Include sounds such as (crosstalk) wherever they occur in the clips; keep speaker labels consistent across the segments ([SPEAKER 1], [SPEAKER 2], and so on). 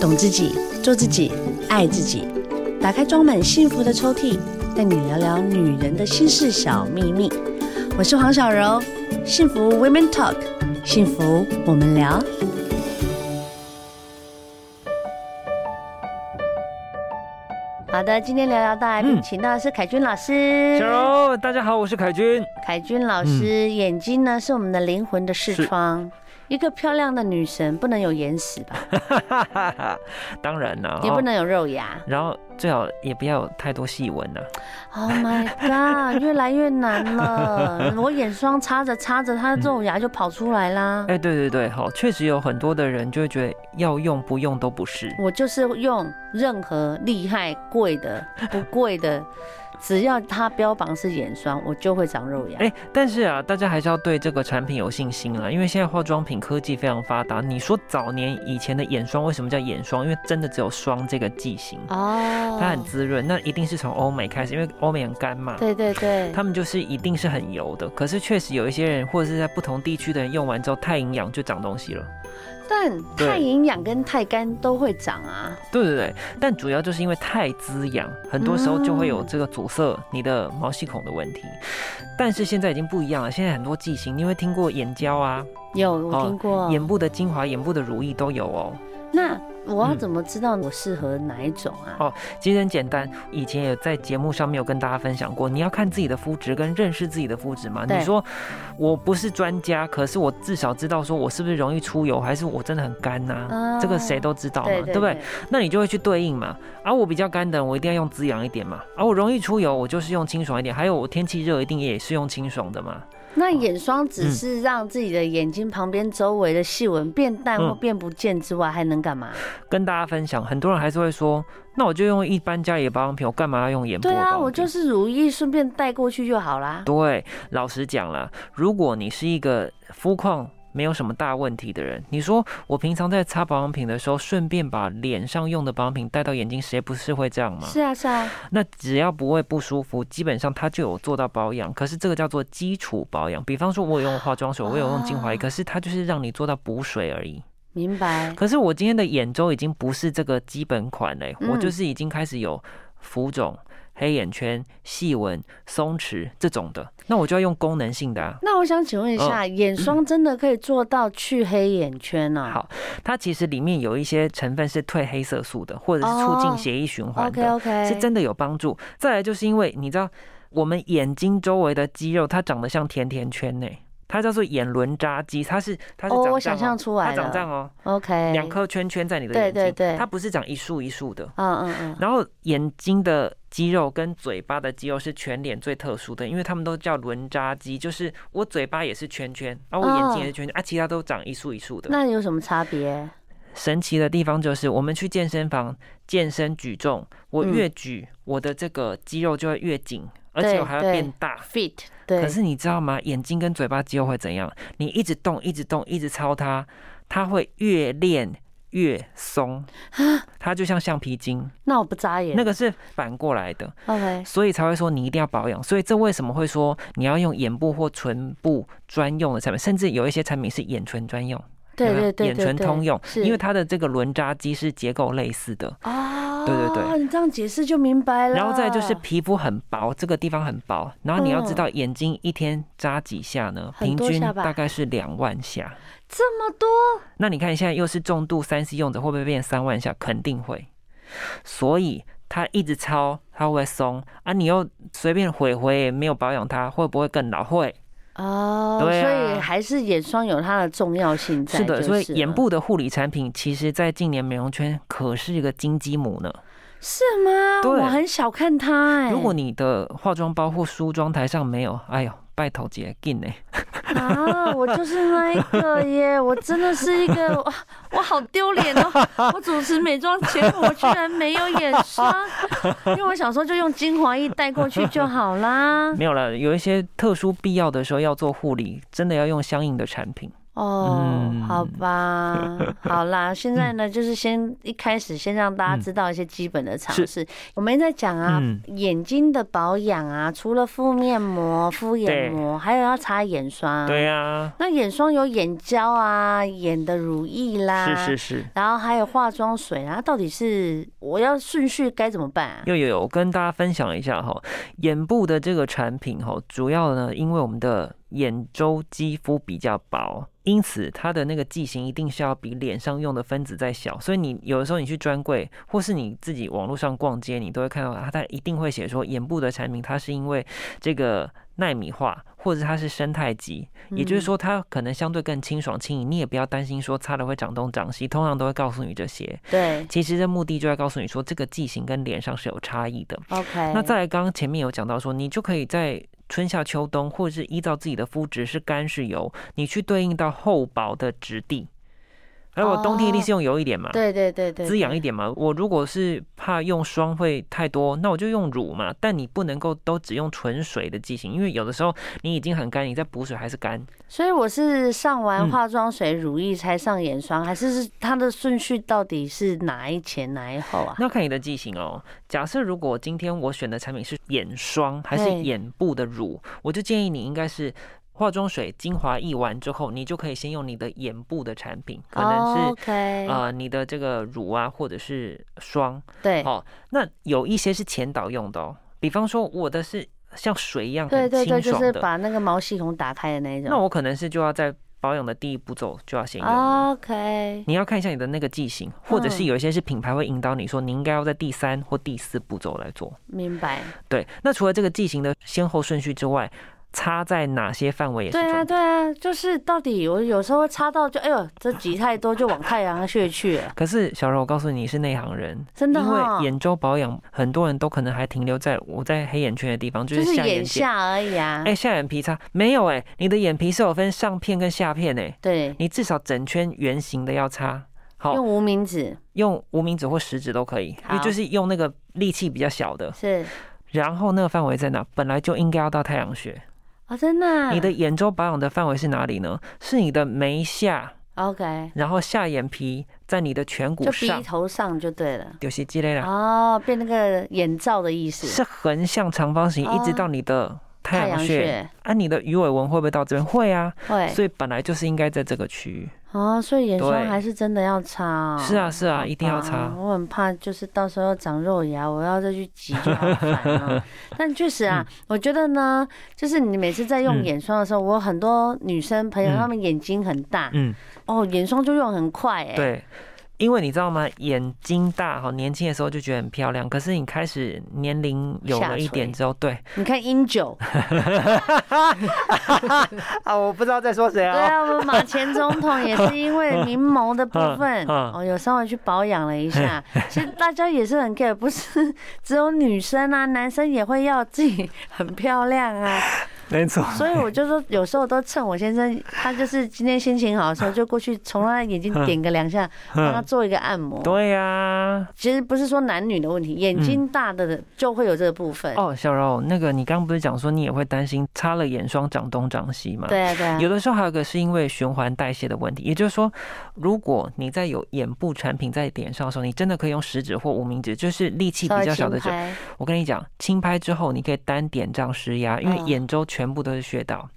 [SPEAKER 1] 懂自己，做自己，爱自己。打开装满幸福的抽屉，带你聊聊女人的心事小秘密。我是黄小柔，幸福 Women Talk，幸福我们聊。好的，今天聊聊大来宾，
[SPEAKER 2] 嗯
[SPEAKER 1] 请到的是凯君老师。
[SPEAKER 2] 小柔，大家好，我是凯军。
[SPEAKER 1] 凯君老师，眼睛呢是我们的灵魂的视
[SPEAKER 2] 是
[SPEAKER 1] 窗。一个漂亮的女神不能有眼屎吧，
[SPEAKER 2] (laughs) 当然啦、
[SPEAKER 1] 也
[SPEAKER 2] 哦
[SPEAKER 1] 不。能有肉芽。
[SPEAKER 2] 然后最好也不要有太多细纹啊呐、
[SPEAKER 1] Oh my god，越来越难
[SPEAKER 2] (laughs)
[SPEAKER 1] 了。我眼霜擦着擦着，它的肉芽就跑出来啦。
[SPEAKER 2] 哎，对对对，好，确实有很多的人就会觉得要用不用都不是。
[SPEAKER 1] 我就是用任何厉害、贵的、不贵的，只要它标榜是眼霜，我就会长肉芽。
[SPEAKER 2] 哎，但是啊，大家还是要对这个产品有信心啊啦，因为现在化妆品科技非常发达。你说早年以前的眼霜为什么叫眼霜？因为真的只有霜这个剂型，
[SPEAKER 1] 哦，
[SPEAKER 2] 它很滋润。那一定是从欧美开始，因为欧美很干嘛。
[SPEAKER 1] 对对对，
[SPEAKER 2] 他们就是一定是很油的，可是确实有一些人或者是在不同地区的人用完之后太营养就长东西了。
[SPEAKER 1] 但
[SPEAKER 2] 对
[SPEAKER 1] 太营养跟太干都会长啊。
[SPEAKER 2] 对对对，但主要就是因为太滋养，很多时候就会有这个阻塞你的毛细孔的问题。但是现在已经不一样了，现在很多剂型，你会听过眼胶啊、
[SPEAKER 1] 有，我听过。
[SPEAKER 2] 眼部的精华、眼部的乳液都有哦。
[SPEAKER 1] 那我要
[SPEAKER 2] 嗯
[SPEAKER 1] 怎么知道我适合哪一种啊？
[SPEAKER 2] 哦其实很简单，以前也在节目上面有跟大家分享过，你要看自己的肤质跟认识自己的肤质嘛。
[SPEAKER 1] 对
[SPEAKER 2] 你说我不是专家，可是我至少知道说我是不是容易出油，还是我真的很干啊
[SPEAKER 1] 哦
[SPEAKER 2] 呐、这个谁都知道嘛，
[SPEAKER 1] 嗯对对
[SPEAKER 2] 对不对？那你就会去对应嘛。啊，我比较干的，我一定要用滋养一点嘛。啊，我容易出油，我就是用清爽一点。还有我天气热，一定也是用清爽的嘛。
[SPEAKER 1] 那眼霜只
[SPEAKER 2] 嗯
[SPEAKER 1] 是让自己的眼睛旁边周围的细纹变淡或
[SPEAKER 2] 嗯
[SPEAKER 1] 变不见之外，还能干嘛？
[SPEAKER 2] 跟大家分享，很多人还是会说，那我就用一般家里的保养品，我干嘛要用眼部
[SPEAKER 1] 对
[SPEAKER 2] 的保养品？
[SPEAKER 1] 啊，我就是乳液顺便带过去就好啦。
[SPEAKER 2] 对，老实讲啦，如果你是一个肤况没有什么大问题的人，你说我平常在擦保养品的时候，顺便把脸上用的保养品带到眼睛，谁不是会这样吗？
[SPEAKER 1] 是啊，是啊，
[SPEAKER 2] 那只要不会不舒服，基本上它就有做到保养。可是这个叫做基础保养，比方说我有用化妆水，我有用精
[SPEAKER 1] 哦
[SPEAKER 2] 华液，可是它就是让你做到补水而已。
[SPEAKER 1] 明白。
[SPEAKER 2] 可是我今天的眼周已经不是这个基本款嘞、
[SPEAKER 1] 嗯
[SPEAKER 2] 我就是已经开始有浮肿、黑眼圈、细纹、松弛这种的，那我就要用功能性的、啊。
[SPEAKER 1] 那我想请问一下，
[SPEAKER 2] 嗯
[SPEAKER 1] 眼霜真的可以做到去黑眼圈啊呢、
[SPEAKER 2] 好它其实里面有一些成分是褪黑色素的，或者是促
[SPEAKER 1] 哦
[SPEAKER 2] 进血液循环
[SPEAKER 1] o
[SPEAKER 2] 的
[SPEAKER 1] k OK，
[SPEAKER 2] 是真的有帮助。再来就是因为你知道，我们眼睛周围的肌肉它长得像甜甜圈呢、它叫做眼轮匝肌，它是它是
[SPEAKER 1] 哦
[SPEAKER 2] 长这样、
[SPEAKER 1] 我想象出来
[SPEAKER 2] 它长这样
[SPEAKER 1] 了
[SPEAKER 2] 哦，
[SPEAKER 1] ，OK，
[SPEAKER 2] 两，颗圈圈在你的
[SPEAKER 1] 对
[SPEAKER 2] 眼睛，
[SPEAKER 1] 对对
[SPEAKER 2] 它不是长一束一束的。
[SPEAKER 1] 嗯嗯嗯，
[SPEAKER 2] 然后眼睛的肌肉跟嘴巴的肌肉是全脸最特殊的，因为他们都叫轮匝肌，就是我嘴巴也是圈圈，啊，我
[SPEAKER 1] 哦
[SPEAKER 2] 眼睛也是圈圈，啊，其他都长一束一束的。
[SPEAKER 1] 那有什么差别？
[SPEAKER 2] 神奇的地方就是，我们去健身房健身举重，我越举，我的这个肌肉就会越紧，而且我还要
[SPEAKER 1] 嗯对
[SPEAKER 2] 变大。
[SPEAKER 1] fit，对，
[SPEAKER 2] 可是你知道吗？眼睛跟嘴巴肌肉会怎样？你一直动，一直动，一直操它，它会越练越松，
[SPEAKER 1] 啊
[SPEAKER 2] 它就像橡皮筋，
[SPEAKER 1] 那我不眨眼，
[SPEAKER 2] 那个是反过来的，
[SPEAKER 1] OK，
[SPEAKER 2] 所以才会说你一定要保养。所以这为什么会说你要用眼部或唇部专用的产品，甚至有一些产品是眼唇专用。
[SPEAKER 1] 对
[SPEAKER 2] 有没有
[SPEAKER 1] 对对对，
[SPEAKER 2] 眼唇
[SPEAKER 1] 对
[SPEAKER 2] 通用，
[SPEAKER 1] 是
[SPEAKER 2] 因为它的这个轮匝肌是结构类似的，
[SPEAKER 1] 哦，
[SPEAKER 2] 对对对
[SPEAKER 1] 你这样解释就明白了。
[SPEAKER 2] 然后再就是皮肤很薄，这个地方很薄，然后你要知道眼睛一天眨几下呢，
[SPEAKER 1] 嗯很
[SPEAKER 2] 平
[SPEAKER 1] 多
[SPEAKER 2] 均
[SPEAKER 1] 下吧
[SPEAKER 2] 大概是两万下。
[SPEAKER 1] 这么多，
[SPEAKER 2] 那你看现在又是重度三 C 用者，会不会变三万下？肯定会，所以。它一直操，它会不会松啊？你又随便毁毁，没有保养它，会不会更老？会，
[SPEAKER 1] 哦，
[SPEAKER 2] 对啊
[SPEAKER 1] 所以还是眼霜有它的重要性在，
[SPEAKER 2] 是的。
[SPEAKER 1] 就
[SPEAKER 2] 所以
[SPEAKER 1] 是了
[SPEAKER 2] 眼部的护理产品，其实在近年美容圈可是一个金鸡母呢。
[SPEAKER 1] 是吗？
[SPEAKER 2] 对
[SPEAKER 1] 我很小看它、哎，
[SPEAKER 2] 如果你的化妆包或梳妆台上没有，哎呦，拜托欸姐，劲呢？
[SPEAKER 1] 啊，我就是那一个耶，我真的是一个，
[SPEAKER 2] (laughs)
[SPEAKER 1] 哇我好丢脸哦！我主持美妆节目，我居然没有眼霜，因为我想说就用精华液带过去就好啦。
[SPEAKER 2] (laughs) 嗯没有了，有一些特殊必要的时候要做护理，真的要用相应的产品。
[SPEAKER 1] 哦，
[SPEAKER 2] 嗯
[SPEAKER 1] 好吧，好啦，现在呢，就是先一开始先让大家知道一些基本的常识。我们在讲啊，
[SPEAKER 2] 嗯
[SPEAKER 1] 眼睛的保养啊，除了敷面膜、敷眼膜，还有要擦眼霜。
[SPEAKER 2] 对啊，
[SPEAKER 1] 那眼霜有眼胶啊、眼的乳液啦，
[SPEAKER 2] 是是是。
[SPEAKER 1] 然后还有化妆水啊，到底是我要顺序该怎么办啊？
[SPEAKER 2] 又有有跟大家分享一下哈，眼部的这个产品哈，主要呢，因为我们的眼周肌肤比较薄，因此它的那个剂型一定是要比脸上用的分子再小，所以你有的时候你去专柜或是你自己网络上逛街，你都会看到它，它一定会写说眼部的产品它是因为这个纳米化。或者它是生态级，也就是说它可能相对更清爽轻盈，你也不要担心说擦了会长东长西，通常都会告诉你这些。
[SPEAKER 1] 对
[SPEAKER 2] 其实这目的就在告诉你说，这个剂型跟脸上是有差异的。
[SPEAKER 1] ，OK，
[SPEAKER 2] 那再来，刚刚前面有讲到说，你就可以在春夏秋冬，或者是依照自己的肤质是干是油，你去对应到厚薄的质地。而我冬天一定是用油一点嘛，
[SPEAKER 1] 对对对对，
[SPEAKER 2] 滋养一点嘛。我如果是怕用霜会太多，那我就用乳嘛。但你不能够都只用纯水的剂型，因为有的时候你已经很干，你再补水还是干。
[SPEAKER 1] 所以我是上完
[SPEAKER 2] 嗯
[SPEAKER 1] 化妆水、乳液才上眼霜，还是是它的顺序到底是哪一前哪一后啊？
[SPEAKER 2] 那看你的剂型哦。假设如果今天我选的产品是眼霜还是
[SPEAKER 1] 嘿
[SPEAKER 2] 眼部的乳，我就建议你应该是化妆水、精华液完之后，你就可以先用你的眼部的产品，可能是、
[SPEAKER 1] o k
[SPEAKER 2] 呃你的这个乳啊，或者是霜。
[SPEAKER 1] 对
[SPEAKER 2] 好、那有一些是前导用的哦，比方说我的是像水一样
[SPEAKER 1] 对
[SPEAKER 2] 很
[SPEAKER 1] 对对，
[SPEAKER 2] 清
[SPEAKER 1] 就
[SPEAKER 2] 爽
[SPEAKER 1] 是
[SPEAKER 2] 的，
[SPEAKER 1] 把那个毛细孔打开的那一
[SPEAKER 2] 那
[SPEAKER 1] 种。
[SPEAKER 2] 我可能是就要在保养的第一步骤就要先用了。
[SPEAKER 1] OK，
[SPEAKER 2] 你要看一下你的那个剂型，或者是
[SPEAKER 1] 哦嗯
[SPEAKER 2] 有一些是品牌会引导你说，你应该要在第三或第四步骤来做。
[SPEAKER 1] 明白。
[SPEAKER 2] 对，那除了这个剂型的先后顺序之外，擦在哪些范围也是
[SPEAKER 1] 对啊，
[SPEAKER 2] 重
[SPEAKER 1] 对啊，就是到底我有时候会擦到就，哎呦，这挤太多就往太阳穴去了，
[SPEAKER 2] 可是小柔，我告诉你是内行人，
[SPEAKER 1] 真的
[SPEAKER 2] 因
[SPEAKER 1] 哈、
[SPEAKER 2] 为眼周保养，很多人都可能还停留在我在黑眼圈的地方，就
[SPEAKER 1] 就是是
[SPEAKER 2] 下眼
[SPEAKER 1] 眼
[SPEAKER 2] 睑。
[SPEAKER 1] 下而已啊。
[SPEAKER 2] 哎、下眼皮擦没有哎、你的眼皮是有分上片跟下片哎、
[SPEAKER 1] 对，
[SPEAKER 2] 你至少整圈圆形的要擦。好，
[SPEAKER 1] 用无名指
[SPEAKER 2] 用无名指或食指都可以，因为
[SPEAKER 1] 好
[SPEAKER 2] 就是用那个力气比较小的。
[SPEAKER 1] 是
[SPEAKER 2] 然后那个范围在哪？本来就应该要到太阳穴。
[SPEAKER 1] 哦，真的啊、
[SPEAKER 2] 你的眼周保养的范围是哪里呢？是你的眉下，
[SPEAKER 1] OK，
[SPEAKER 2] 然后下眼皮在你的颧骨
[SPEAKER 1] 就鼻
[SPEAKER 2] 上，啊
[SPEAKER 1] 头上就对了。
[SPEAKER 2] 有些积累了，
[SPEAKER 1] 哦，变那个眼罩的意思，
[SPEAKER 2] 是横向长方形，
[SPEAKER 1] 哦
[SPEAKER 2] 一直到你的太阳穴。啊，你的鱼尾纹会不会到这边？会啊，
[SPEAKER 1] 会
[SPEAKER 2] 所以本来就是应该在这个区域。
[SPEAKER 1] 哦，所以眼霜
[SPEAKER 2] 对
[SPEAKER 1] 还是真的要擦、哦。
[SPEAKER 2] 是啊，是啊，一定要
[SPEAKER 1] 啊
[SPEAKER 2] 擦。
[SPEAKER 1] 我很怕就是到时候长肉芽，我要再去挤就好烦
[SPEAKER 2] (laughs)
[SPEAKER 1] 哦。但确实啊，我觉得呢，就是你每次在用
[SPEAKER 2] 嗯
[SPEAKER 1] 眼霜的时候，我有很多女生朋友
[SPEAKER 2] 嗯
[SPEAKER 1] 她们眼睛很大，
[SPEAKER 2] 嗯，
[SPEAKER 1] 哦，眼霜就用很快哎、
[SPEAKER 2] 对。因为你知道吗？眼睛大哈，年轻的时候就觉得很漂亮，可是你开始年龄有
[SPEAKER 1] 下
[SPEAKER 2] 了一
[SPEAKER 1] 垂
[SPEAKER 2] 点之后，对
[SPEAKER 1] 你看英
[SPEAKER 2] (laughs)
[SPEAKER 1] 九，
[SPEAKER 2] 啊，我不知道在说谁
[SPEAKER 1] 对啊，我们马前总统也是因为明眸的部分，
[SPEAKER 2] 嗯 (laughs) 嗯
[SPEAKER 1] 哦，有稍微去保养了一下。其实大家也是很 care，不是只有女生啊，男生也会要自己很漂亮啊。
[SPEAKER 2] 没错，
[SPEAKER 1] (laughs) 所以我就说，有时候都趁我先生他就是今天心情好的时
[SPEAKER 2] (laughs)
[SPEAKER 1] 候，就过去从他眼睛点个两下，帮他做一个按摩。
[SPEAKER 2] 嗯对啊呀、
[SPEAKER 1] 其实不是说男女的问题，眼睛大的人就会有这个部分。
[SPEAKER 2] 哦，小柔，那个你刚刚不是讲说你也会担心擦了眼霜长东长西吗？。
[SPEAKER 1] 对啊，对啊
[SPEAKER 2] 有，的时候还有一个是因为循环代谢的问题，也就是说，如果你在有眼部产品在脸上的时候，你真的可以用食指或无名指，就是力气
[SPEAKER 1] 稍
[SPEAKER 2] 比
[SPEAKER 1] 微
[SPEAKER 2] 较小
[SPEAKER 1] 轻
[SPEAKER 2] 的时候，
[SPEAKER 1] 拍，
[SPEAKER 2] 我跟你讲，轻拍之后你可以单点这样施压，因为
[SPEAKER 1] 嗯
[SPEAKER 2] 眼周全部都是穴道，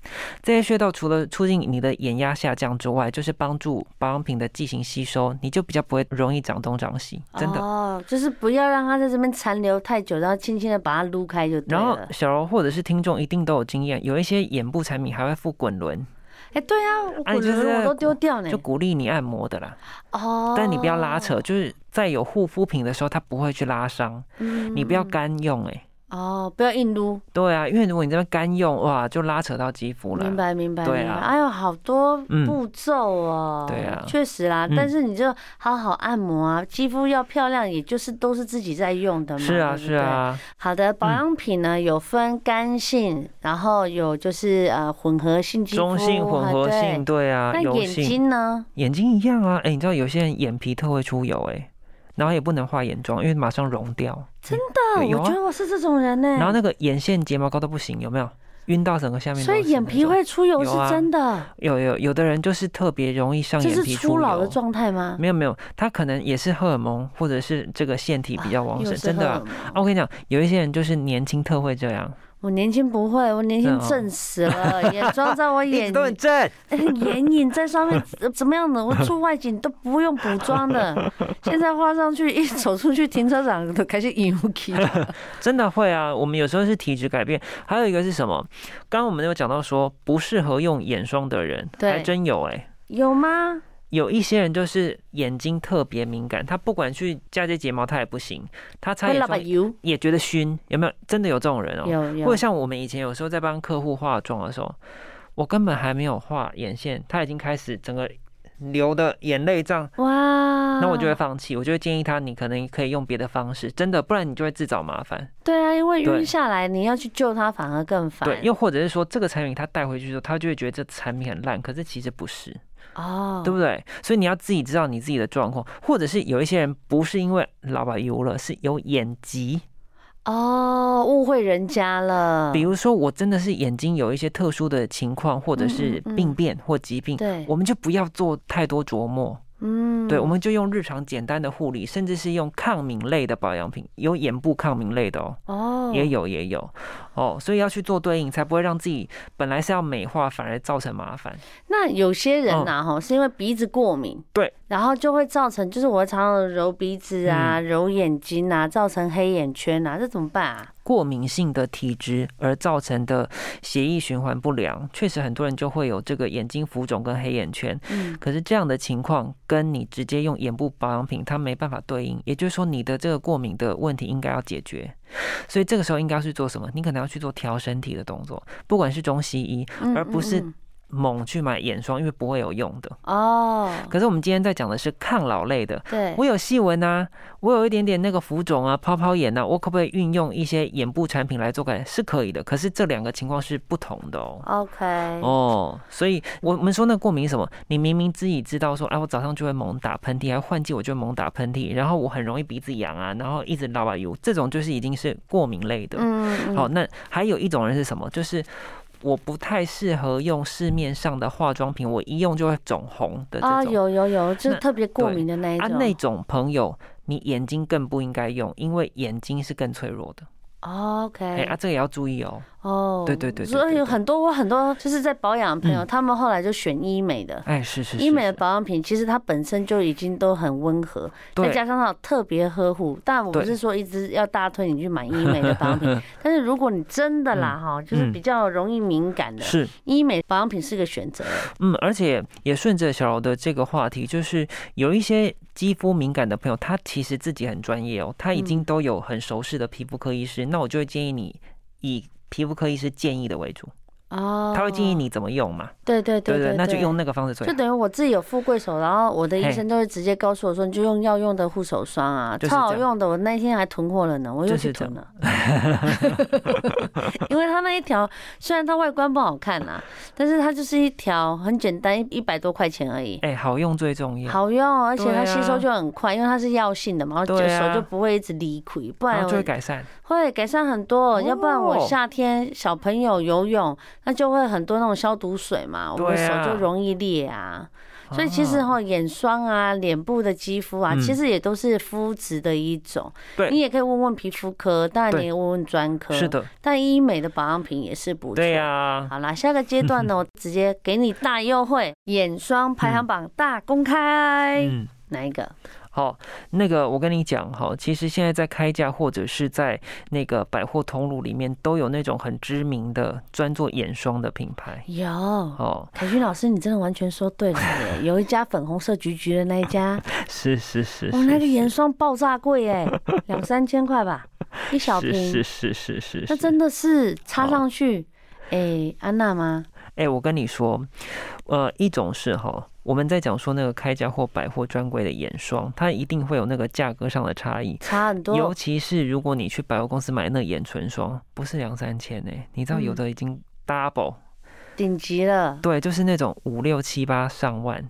[SPEAKER 2] 这些穴道除了促进你的眼压下降之外，就是帮助保养品的剂型吸收，你就比较不会容易长东长西，真的。
[SPEAKER 1] 哦，就是不要让它在这边残留太久，然后轻轻的把它撸开就对
[SPEAKER 2] 然后
[SPEAKER 1] 了。
[SPEAKER 2] 小柔或者是听众一定都有经验，有一些眼部产品还会附滚轮，
[SPEAKER 1] 哎、对啊，我
[SPEAKER 2] 啊你
[SPEAKER 1] 滚
[SPEAKER 2] 就是
[SPEAKER 1] 轮我
[SPEAKER 2] 在
[SPEAKER 1] 都丢掉呢
[SPEAKER 2] 就。鼓励你按摩的啦。
[SPEAKER 1] 哦，
[SPEAKER 2] 但你不要拉扯，就是在有护肤品的时候，它不会去拉伤。
[SPEAKER 1] 嗯，
[SPEAKER 2] 你不要干用哎、
[SPEAKER 1] 哦，不要硬撸，
[SPEAKER 2] 对啊，因为如果你这边干用，哇，就拉扯到肌肤
[SPEAKER 1] 明
[SPEAKER 2] 了。
[SPEAKER 1] 白明白
[SPEAKER 2] 对
[SPEAKER 1] 明白。
[SPEAKER 2] 啊
[SPEAKER 1] 哎呦，好多
[SPEAKER 2] 嗯
[SPEAKER 1] 步骤哦。
[SPEAKER 2] 对啊
[SPEAKER 1] 确实啦，
[SPEAKER 2] 嗯
[SPEAKER 1] 但是你就好好按摩啊，肌肤要漂亮，也就是都是自己在用的嘛。
[SPEAKER 2] 是啊，
[SPEAKER 1] 对不
[SPEAKER 2] 是
[SPEAKER 1] 对。
[SPEAKER 2] 啊，
[SPEAKER 1] 好的，保养品呢有分干性，然后有就是呃混合性肌肤，
[SPEAKER 2] 中性混合性，
[SPEAKER 1] 啊。
[SPEAKER 2] 对啊，
[SPEAKER 1] 对那
[SPEAKER 2] 油
[SPEAKER 1] 眼
[SPEAKER 2] 性，
[SPEAKER 1] 睛呢？
[SPEAKER 2] 眼睛一样啊。哎、你知道有些人眼皮特会出油哎、然后也不能画眼妆，因为马上溶掉。
[SPEAKER 1] 真
[SPEAKER 2] 有
[SPEAKER 1] 的，
[SPEAKER 2] 有
[SPEAKER 1] 我
[SPEAKER 2] 啊
[SPEAKER 1] 觉得我是这种人呢。
[SPEAKER 2] 然后那个眼线、睫毛膏都不行，有没有？晕到整个下面都是
[SPEAKER 1] 所
[SPEAKER 2] 那种。
[SPEAKER 1] 以眼皮会出油
[SPEAKER 2] 有
[SPEAKER 1] 是
[SPEAKER 2] 啊
[SPEAKER 1] 真的，
[SPEAKER 2] 有有有的人就是特别容易上
[SPEAKER 1] 这
[SPEAKER 2] 眼
[SPEAKER 1] 是
[SPEAKER 2] 皮
[SPEAKER 1] 初
[SPEAKER 2] 出
[SPEAKER 1] 老的
[SPEAKER 2] 油。
[SPEAKER 1] 状态吗？
[SPEAKER 2] 没有没有，他可能也是荷尔蒙或者是这个腺体比较旺
[SPEAKER 1] 又
[SPEAKER 2] 盛，
[SPEAKER 1] 是
[SPEAKER 2] 真的
[SPEAKER 1] 荷
[SPEAKER 2] 啊
[SPEAKER 1] 尔。蒙
[SPEAKER 2] 啊我跟你讲，有一些人就是年轻特会这样，
[SPEAKER 1] 我年轻不会，我年轻
[SPEAKER 2] 真的哦
[SPEAKER 1] 正死了，眼妆在
[SPEAKER 2] (laughs)
[SPEAKER 1] 我
[SPEAKER 2] 一
[SPEAKER 1] 眼
[SPEAKER 2] 直都很正。
[SPEAKER 1] (laughs) 眼影在上面 (laughs) 呃怎么样的？我出外景都不用补妆
[SPEAKER 2] (laughs)
[SPEAKER 1] 的，现在画上去一走出去停车场都开始引雾气。
[SPEAKER 2] (laughs) 真的会啊，我们有时候是体质改变，还有一个是什么？刚刚我们有讲到说不适合用眼霜的人，
[SPEAKER 1] 对
[SPEAKER 2] 还真有哎、
[SPEAKER 1] 有吗？
[SPEAKER 2] 有一些人就是眼睛特别敏感，他不管去嫁接睫毛他也不行，他擦
[SPEAKER 1] 会
[SPEAKER 2] 眼
[SPEAKER 1] 老把
[SPEAKER 2] 霜
[SPEAKER 1] 油
[SPEAKER 2] 也觉得熏，有没有？真的有这种人哦、
[SPEAKER 1] 有
[SPEAKER 2] 或者
[SPEAKER 1] 有，
[SPEAKER 2] 像我们以前有时候在帮客户化妆的时候，我根本还没有画眼线，他已经开始整个流的眼泪这样，
[SPEAKER 1] 哇！
[SPEAKER 2] 那我就会放弃，我就会建议他，你可能可以用别的方式，真的，不然你就会自找麻烦。
[SPEAKER 1] 对啊，因为晕
[SPEAKER 2] 对
[SPEAKER 1] 下来你要去救它反而更烦。
[SPEAKER 2] 对，又或者是说这个产品他带回去之后，他就会觉得这产品很烂，可是其实不是，
[SPEAKER 1] 哦，
[SPEAKER 2] 对不对？所以你要自己知道你自己的状况，或者是有一些人不是因为老板油了，是有眼疾，
[SPEAKER 1] 哦，误会人家了。
[SPEAKER 2] 比如说我真的是眼睛有一些特殊的情况，或者是
[SPEAKER 1] 嗯嗯嗯
[SPEAKER 2] 病变或疾病，
[SPEAKER 1] 对，
[SPEAKER 2] 我们就不要做太多琢磨。
[SPEAKER 1] 嗯
[SPEAKER 2] 对，我们就用日常简单的护理，甚至是用抗敏类的保养品，有眼部抗敏类的哦，
[SPEAKER 1] 哦
[SPEAKER 2] 也有也有哦，所以要去做对应，才不会让自己本来是要美化，反而造成麻烦。
[SPEAKER 1] 那有些人呐、哈、是因为鼻子过敏，
[SPEAKER 2] 嗯对，
[SPEAKER 1] 然后就会造成，就是我常常揉鼻子啊、
[SPEAKER 2] 嗯
[SPEAKER 1] 揉眼睛啊，造成黑眼圈啊，这怎么办啊？
[SPEAKER 2] 过敏性的体质而造成的血液循环不良，确实很多人就会有这个眼睛浮肿跟黑眼圈。
[SPEAKER 1] 嗯，
[SPEAKER 2] 可是这样的情况跟你直接用眼部保养品，它没办法对应，也就是说你的这个过敏的问题应该要解决。所以这个时候应该要去做什么？你可能要去做调身体的动作，不管是中西医，
[SPEAKER 1] 嗯
[SPEAKER 2] 而不是
[SPEAKER 1] 嗯
[SPEAKER 2] 猛去买眼霜，因为不会有用的。
[SPEAKER 1] 嗯哦，
[SPEAKER 2] 可是我们今天在讲的是抗老类的，
[SPEAKER 1] 对，
[SPEAKER 2] 我有细纹啊，我有一点点那个浮肿啊、泡泡眼呐、啊，我可不可以运用一些眼部产品来做改善？是可以的，可是这两个情况是不同的哦。
[SPEAKER 1] OK，
[SPEAKER 2] 哦，所以我们说那过敏是什么？你明明自己知道说，哎、我早上就会猛打喷嚏，还换季我就会猛打喷嚏，然后我很容易鼻子痒啊，然后一直老把油，这种就是已经是过敏类的。
[SPEAKER 1] 嗯，
[SPEAKER 2] 好，那还有一种人是什么？就是我不太适合用市面上的化妆品，我一用就会肿红的这
[SPEAKER 1] 啊、
[SPEAKER 2] 种。
[SPEAKER 1] 有有有，就是
[SPEAKER 2] 那
[SPEAKER 1] 特别过敏的那一
[SPEAKER 2] 啊，
[SPEAKER 1] 种，
[SPEAKER 2] 那种朋友，你眼睛更不应该用，因为眼睛是更脆弱的。
[SPEAKER 1] 哦 OK，、
[SPEAKER 2] 哎、啊，这个也要注意哦。
[SPEAKER 1] 哦，
[SPEAKER 2] 对对对对
[SPEAKER 1] 所以
[SPEAKER 2] 对
[SPEAKER 1] 有
[SPEAKER 2] 对
[SPEAKER 1] 很多我很多就是在保养的朋友，
[SPEAKER 2] 嗯
[SPEAKER 1] 他们后来就选医美的。
[SPEAKER 2] 哎，是是是
[SPEAKER 1] 医美的
[SPEAKER 2] 是，
[SPEAKER 1] 保养品其实它本身就已经都很温和，再
[SPEAKER 2] 对
[SPEAKER 1] 加上它有特别呵护，但我不
[SPEAKER 2] 对
[SPEAKER 1] 是说一直要大推你去
[SPEAKER 2] (laughs)
[SPEAKER 1] 买医美的保养品，但是如果你真的啦哈、就是比较容易敏感的，
[SPEAKER 2] 嗯是
[SPEAKER 1] 医美保养品是个选择。
[SPEAKER 2] 嗯，而且也顺着小柔的这个话题，就是有一些肌肤敏感的朋友，他其实自己很专业哦，他已
[SPEAKER 1] 嗯
[SPEAKER 2] 经都有很熟识的皮肤科医师，那我就会建议你以皮肤科医师建议的为主，
[SPEAKER 1] 哦，
[SPEAKER 2] 他会建议，你怎么用嘛，
[SPEAKER 1] 对对
[SPEAKER 2] 对
[SPEAKER 1] 对
[SPEAKER 2] 不
[SPEAKER 1] 对
[SPEAKER 2] 对？那就用。那个方式最
[SPEAKER 1] 就
[SPEAKER 2] 好。
[SPEAKER 1] 等于我自己有富贵手，然后我的医
[SPEAKER 2] 嘿
[SPEAKER 1] 生都会直接告诉我说，你就用要用的护手霜啊，
[SPEAKER 2] 就是
[SPEAKER 1] 超好
[SPEAKER 2] 这样
[SPEAKER 1] 用的。我那天还囤货了呢，我又
[SPEAKER 2] 就
[SPEAKER 1] 去
[SPEAKER 2] 是这
[SPEAKER 1] 囤
[SPEAKER 2] 样 (laughs)
[SPEAKER 1] 了，因为它那一条虽然它外观不好看啊，但是它就是一条很简单，一百多块钱而已。
[SPEAKER 2] 哎、好用最重要。
[SPEAKER 1] 好用，哦而且它
[SPEAKER 2] 对啊
[SPEAKER 1] 吸收就很快，因为它是药性的嘛，然后
[SPEAKER 2] 对啊
[SPEAKER 1] 手就不会一直离溃，不
[SPEAKER 2] 然
[SPEAKER 1] 然
[SPEAKER 2] 后就会
[SPEAKER 1] 我
[SPEAKER 2] 改善，
[SPEAKER 1] 会改善很多。
[SPEAKER 2] 哦
[SPEAKER 1] 要不然我夏天小朋友游泳，那就会很多那种消毒水嘛，我的
[SPEAKER 2] 对
[SPEAKER 1] 手
[SPEAKER 2] 啊
[SPEAKER 1] 就容易裂啊。所以其实
[SPEAKER 2] 啊
[SPEAKER 1] 哈，眼霜啊、脸部的肌肤啊，
[SPEAKER 2] 嗯
[SPEAKER 1] 其实也都是肤质的一种。
[SPEAKER 2] 对
[SPEAKER 1] 你也可以问问皮肤科，当然
[SPEAKER 2] 对
[SPEAKER 1] 你也问问专科。
[SPEAKER 2] 是。的，
[SPEAKER 1] 但医美的保养品也是不错。
[SPEAKER 2] 对啊呀、
[SPEAKER 1] 好啦，下个阶段
[SPEAKER 2] (laughs)
[SPEAKER 1] 呢，我直接给你大优惠，眼霜排行榜大公开。
[SPEAKER 2] 嗯。
[SPEAKER 1] 哪一个？
[SPEAKER 2] 好，那个我跟你讲哈，其实现在在开价或者是在那个百货通路里面，都有那种很知名的专做眼霜的品牌。
[SPEAKER 1] 有。
[SPEAKER 2] 哦，
[SPEAKER 1] 凯勋老师，你真的完全说对了
[SPEAKER 2] (laughs)
[SPEAKER 1] 耶！有一家粉红色橘橘的那一家，
[SPEAKER 2] 是是 (laughs) 是
[SPEAKER 1] 哇，哦那个眼霜爆炸贵
[SPEAKER 2] (laughs)
[SPEAKER 1] 哎，两三千块吧，一小瓶，
[SPEAKER 2] 是是是哦
[SPEAKER 1] 那真的是擦上去，哎，安娜吗？
[SPEAKER 2] 哎、我跟你说，呃，一种是哈，我们在讲说那个开价或百货专柜的眼霜，它一定会有那个价格上的差异。
[SPEAKER 1] 差很多，
[SPEAKER 2] 尤其是如果你去百货公司买那眼唇霜，不是两三千呢、你知道有
[SPEAKER 1] 嗯
[SPEAKER 2] 的已经 double，、
[SPEAKER 1] 顶级了，
[SPEAKER 2] 对，就是那种五六七八上万，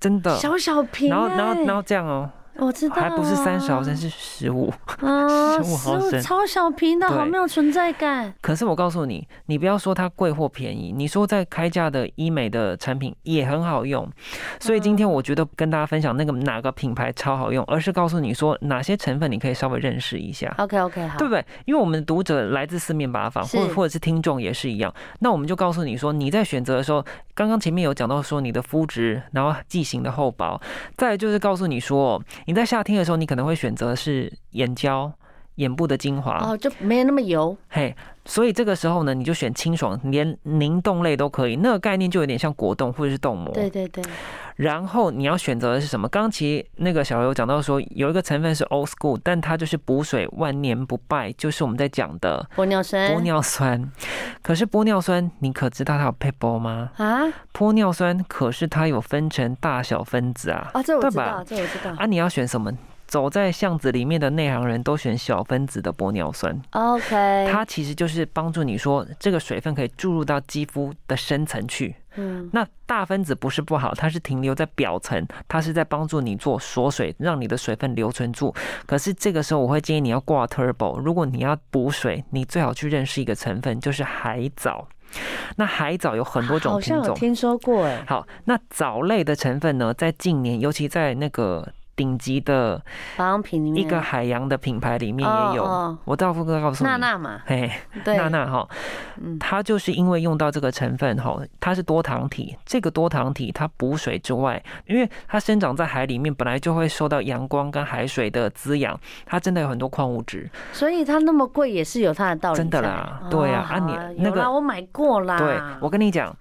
[SPEAKER 2] 真的。
[SPEAKER 1] 小小瓶、欸，哎
[SPEAKER 2] 然后，然后，然后这样哦、
[SPEAKER 1] 我知道、啊，
[SPEAKER 2] 还不是三十毫升，是十五。 (laughs)
[SPEAKER 1] 啊，
[SPEAKER 2] 15毫
[SPEAKER 1] 15
[SPEAKER 2] 升
[SPEAKER 1] 超小瓶的，
[SPEAKER 2] 对
[SPEAKER 1] 好没有存在感。
[SPEAKER 2] 可是我告诉你，你不要说它贵或便宜，你说在开价的医美的产品也很好用。所以今
[SPEAKER 1] 嗯
[SPEAKER 2] 天我觉得跟大家分享那个哪个品牌超好用，而是告诉你说哪些成分你可以稍微认识一下。
[SPEAKER 1] OK OK，好，
[SPEAKER 2] 啊对不对？因为我们读者来自四面八方，或
[SPEAKER 1] 是
[SPEAKER 2] 或者是听众也是一样。那我们就告诉你说，你在选择的时候，刚刚前面有讲到说你的肤质，然后剂型的厚薄，再来就是告诉你说，你在夏天的时候，你可能会选择的是眼胶、眼部的精华，
[SPEAKER 1] 哦，就没有那么油。
[SPEAKER 2] 嘿。所以这个时候呢，你就选清爽，连凝冻类都可以。那个概念就有点像果冻或者是冻膜。
[SPEAKER 1] 对对对，
[SPEAKER 2] 然后你要选择的是什么？刚刚其实那个小刘讲到说，有一个成分是 Old School，但它就是补水万年不败，就是我们在讲的
[SPEAKER 1] 玻尿酸。
[SPEAKER 2] 玻尿酸。可是玻尿酸，你可知道它有配波吗？
[SPEAKER 1] 啊
[SPEAKER 2] 玻尿酸可是它有分成大小分子啊。
[SPEAKER 1] 啊，这我
[SPEAKER 2] 对
[SPEAKER 1] 知
[SPEAKER 2] 吧
[SPEAKER 1] 道，这我知道。
[SPEAKER 2] 啊，你要选什么？走在巷子里面的内行人都选小分子的玻尿酸，
[SPEAKER 1] OK，
[SPEAKER 2] 它其实就是帮助你说这个水分可以注入到肌肤的深层去。
[SPEAKER 1] 嗯，
[SPEAKER 2] 那大分子不是不好，它是停留在表层，它是在帮助你做锁水，让你的水分留存住。可是这个时候，我会建议你要挂 turbo。如果你要补水，你最好去认识一个成分，就是海藻。那海藻有很多种
[SPEAKER 1] 好
[SPEAKER 2] 品
[SPEAKER 1] 像有
[SPEAKER 2] 种。
[SPEAKER 1] 听说过哎。
[SPEAKER 2] 好，那藻类的成分呢，在近年，尤其在那个顶级的
[SPEAKER 1] 保养品里面
[SPEAKER 2] 一个海洋的品牌里面也有。
[SPEAKER 1] 哦哦
[SPEAKER 2] 我大副哥告诉你，
[SPEAKER 1] 娜娜嘛，
[SPEAKER 2] 嘿，
[SPEAKER 1] 对，
[SPEAKER 2] 娜娜哈，
[SPEAKER 1] 嗯
[SPEAKER 2] 它就是因为用到这个成分哈，它是多糖体。这个多糖体它补水之外，因为它生长在海里面，本来就会受到阳光跟海水的滋养，它真的有很多矿物质。
[SPEAKER 1] 所以它那么贵也是有它的道理在。
[SPEAKER 2] 真的啦对啊
[SPEAKER 1] 哦
[SPEAKER 2] 啊你
[SPEAKER 1] 好
[SPEAKER 2] 那
[SPEAKER 1] 有啦
[SPEAKER 2] 个
[SPEAKER 1] 我买过啦。
[SPEAKER 2] 对我跟你讲，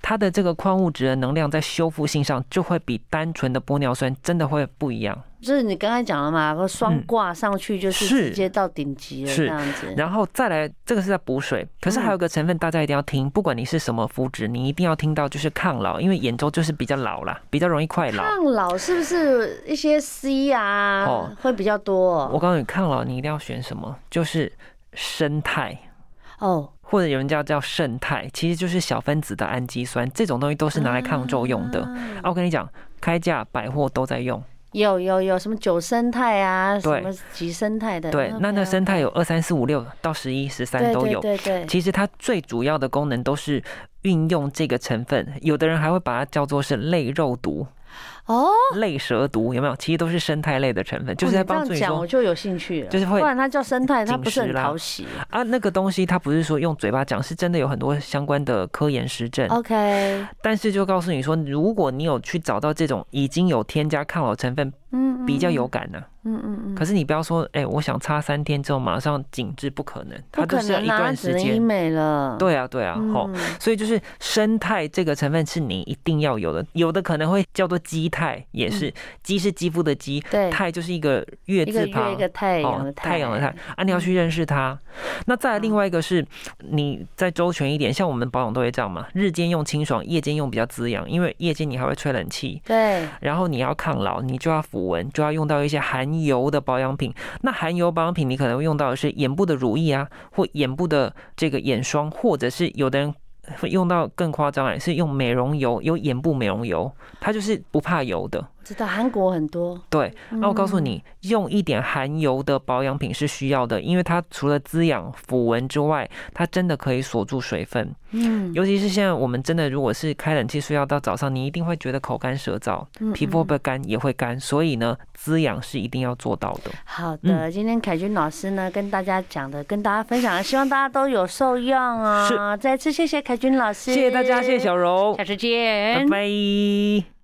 [SPEAKER 2] 它的这个矿物质的能量在修复性上就会比单纯的玻尿酸真的会不一样。
[SPEAKER 1] 就是你刚才讲了嘛，双
[SPEAKER 2] 嗯
[SPEAKER 1] 挂上去就是
[SPEAKER 2] 是
[SPEAKER 1] 直接到顶级了
[SPEAKER 2] 是
[SPEAKER 1] 这样子。
[SPEAKER 2] 然后再来，这个是在补水，可是还有
[SPEAKER 1] 嗯
[SPEAKER 2] 一个成分大家一定要听，不管你是什么肤质，你一定要听到就是抗老，因为眼周就是比较老啦，比较容易快老。
[SPEAKER 1] 抗老是不是一些 C 啊、
[SPEAKER 2] 哦
[SPEAKER 1] 会比较多？
[SPEAKER 2] 我告诉你，抗老你一定要选什么，就是生态，
[SPEAKER 1] 哦，
[SPEAKER 2] 或者有人叫叫胜肽，其实就是小分子的氨基酸，这种东西都是拿来抗皱用的。啊
[SPEAKER 1] 啊
[SPEAKER 2] 我跟你讲，开价百货都在用。
[SPEAKER 1] 有有有什么九生态啊，什
[SPEAKER 2] 对
[SPEAKER 1] 么几生态的？
[SPEAKER 2] 对，那那生态有二三四五六到十一十三
[SPEAKER 1] 嗯对
[SPEAKER 2] 都有。
[SPEAKER 1] 对对对，
[SPEAKER 2] 其实它最主要的功能都是运用这个成分，有的人还会把它叫做是类肉毒、
[SPEAKER 1] 哦，
[SPEAKER 2] 类蛇毒，有没有？其实都是生态类的成分，就是
[SPEAKER 1] 哦
[SPEAKER 2] 在
[SPEAKER 1] 你这
[SPEAKER 2] 帮
[SPEAKER 1] 样
[SPEAKER 2] 助你
[SPEAKER 1] 讲，
[SPEAKER 2] 说
[SPEAKER 1] 我就有兴趣了。
[SPEAKER 2] 就是
[SPEAKER 1] 不
[SPEAKER 2] 会
[SPEAKER 1] 然它叫生态，它
[SPEAKER 2] 紧
[SPEAKER 1] 不是很
[SPEAKER 2] 实啦
[SPEAKER 1] 讨喜。
[SPEAKER 2] 啊，那个东西它不是说用嘴巴讲，是真的有很多相关的科研实
[SPEAKER 1] 哦
[SPEAKER 2] 证。
[SPEAKER 1] OK，
[SPEAKER 2] 但是就告诉你说，如果你有去找到这种已经有添加抗老成分，
[SPEAKER 1] 嗯，嗯
[SPEAKER 2] 比较有，感呢、
[SPEAKER 1] 嗯嗯嗯，
[SPEAKER 2] 可是你不要说，哎、我想擦三天之后马上紧致，不可能，它
[SPEAKER 1] 不
[SPEAKER 2] 就
[SPEAKER 1] 可
[SPEAKER 2] 是要
[SPEAKER 1] 能
[SPEAKER 2] 一
[SPEAKER 1] 啦，
[SPEAKER 2] 段
[SPEAKER 1] 只
[SPEAKER 2] 时
[SPEAKER 1] 能医
[SPEAKER 2] 间。
[SPEAKER 1] 美了。
[SPEAKER 2] 对啊，对啊，吼、
[SPEAKER 1] 嗯，
[SPEAKER 2] 所以就是生态这个成分是你一定要有的，有的可能会叫做肌肽，也是肌是肌肤的肌，
[SPEAKER 1] 嗯对，
[SPEAKER 2] 肽就是一个月
[SPEAKER 1] 一个
[SPEAKER 2] 字
[SPEAKER 1] 月
[SPEAKER 2] 旁
[SPEAKER 1] 一，个嗯太阳的
[SPEAKER 2] 哦，太阳的
[SPEAKER 1] 太
[SPEAKER 2] 太，啊，你要去认识它。那再来
[SPEAKER 1] 嗯
[SPEAKER 2] 另外一个是，你再周全一点，像我们保养都会这样嘛，日间用清爽，夜间用比较滋养，因为夜间你还会吹冷气，
[SPEAKER 1] 对，
[SPEAKER 2] 然后你要抗老，你就要抚纹，就要用到一些含油的保养品。那含油保养品，你可能会用到的是眼部的乳液啊，或眼部的这个眼霜，或者是有的人。会用到更夸张哎，是用美容油，有眼部美容油，它就是不怕油的。
[SPEAKER 1] 知道韩国很多。
[SPEAKER 2] 对，那我告诉
[SPEAKER 1] 嗯，
[SPEAKER 2] 你，用一点含油的保养品是需要的，因为它除了滋养抚纹之外，它真的可以锁住水分。
[SPEAKER 1] 嗯，
[SPEAKER 2] 尤其是现在我们真的如果是开冷气睡觉到早上，你一定会觉得口干舌燥，
[SPEAKER 1] 嗯
[SPEAKER 2] 皮肤会
[SPEAKER 1] 嗯
[SPEAKER 2] 不会干也会干，所以呢，滋养是一定要做到的。
[SPEAKER 1] 好
[SPEAKER 2] 嗯
[SPEAKER 1] 的，今天凯君老师呢跟大家讲的，跟大家分享的，希望大家都有受用啊！再次谢谢凯君老师，
[SPEAKER 2] 谢谢大家，谢谢小柔
[SPEAKER 1] 下，次
[SPEAKER 2] 拜
[SPEAKER 1] 见。
[SPEAKER 2] 拜。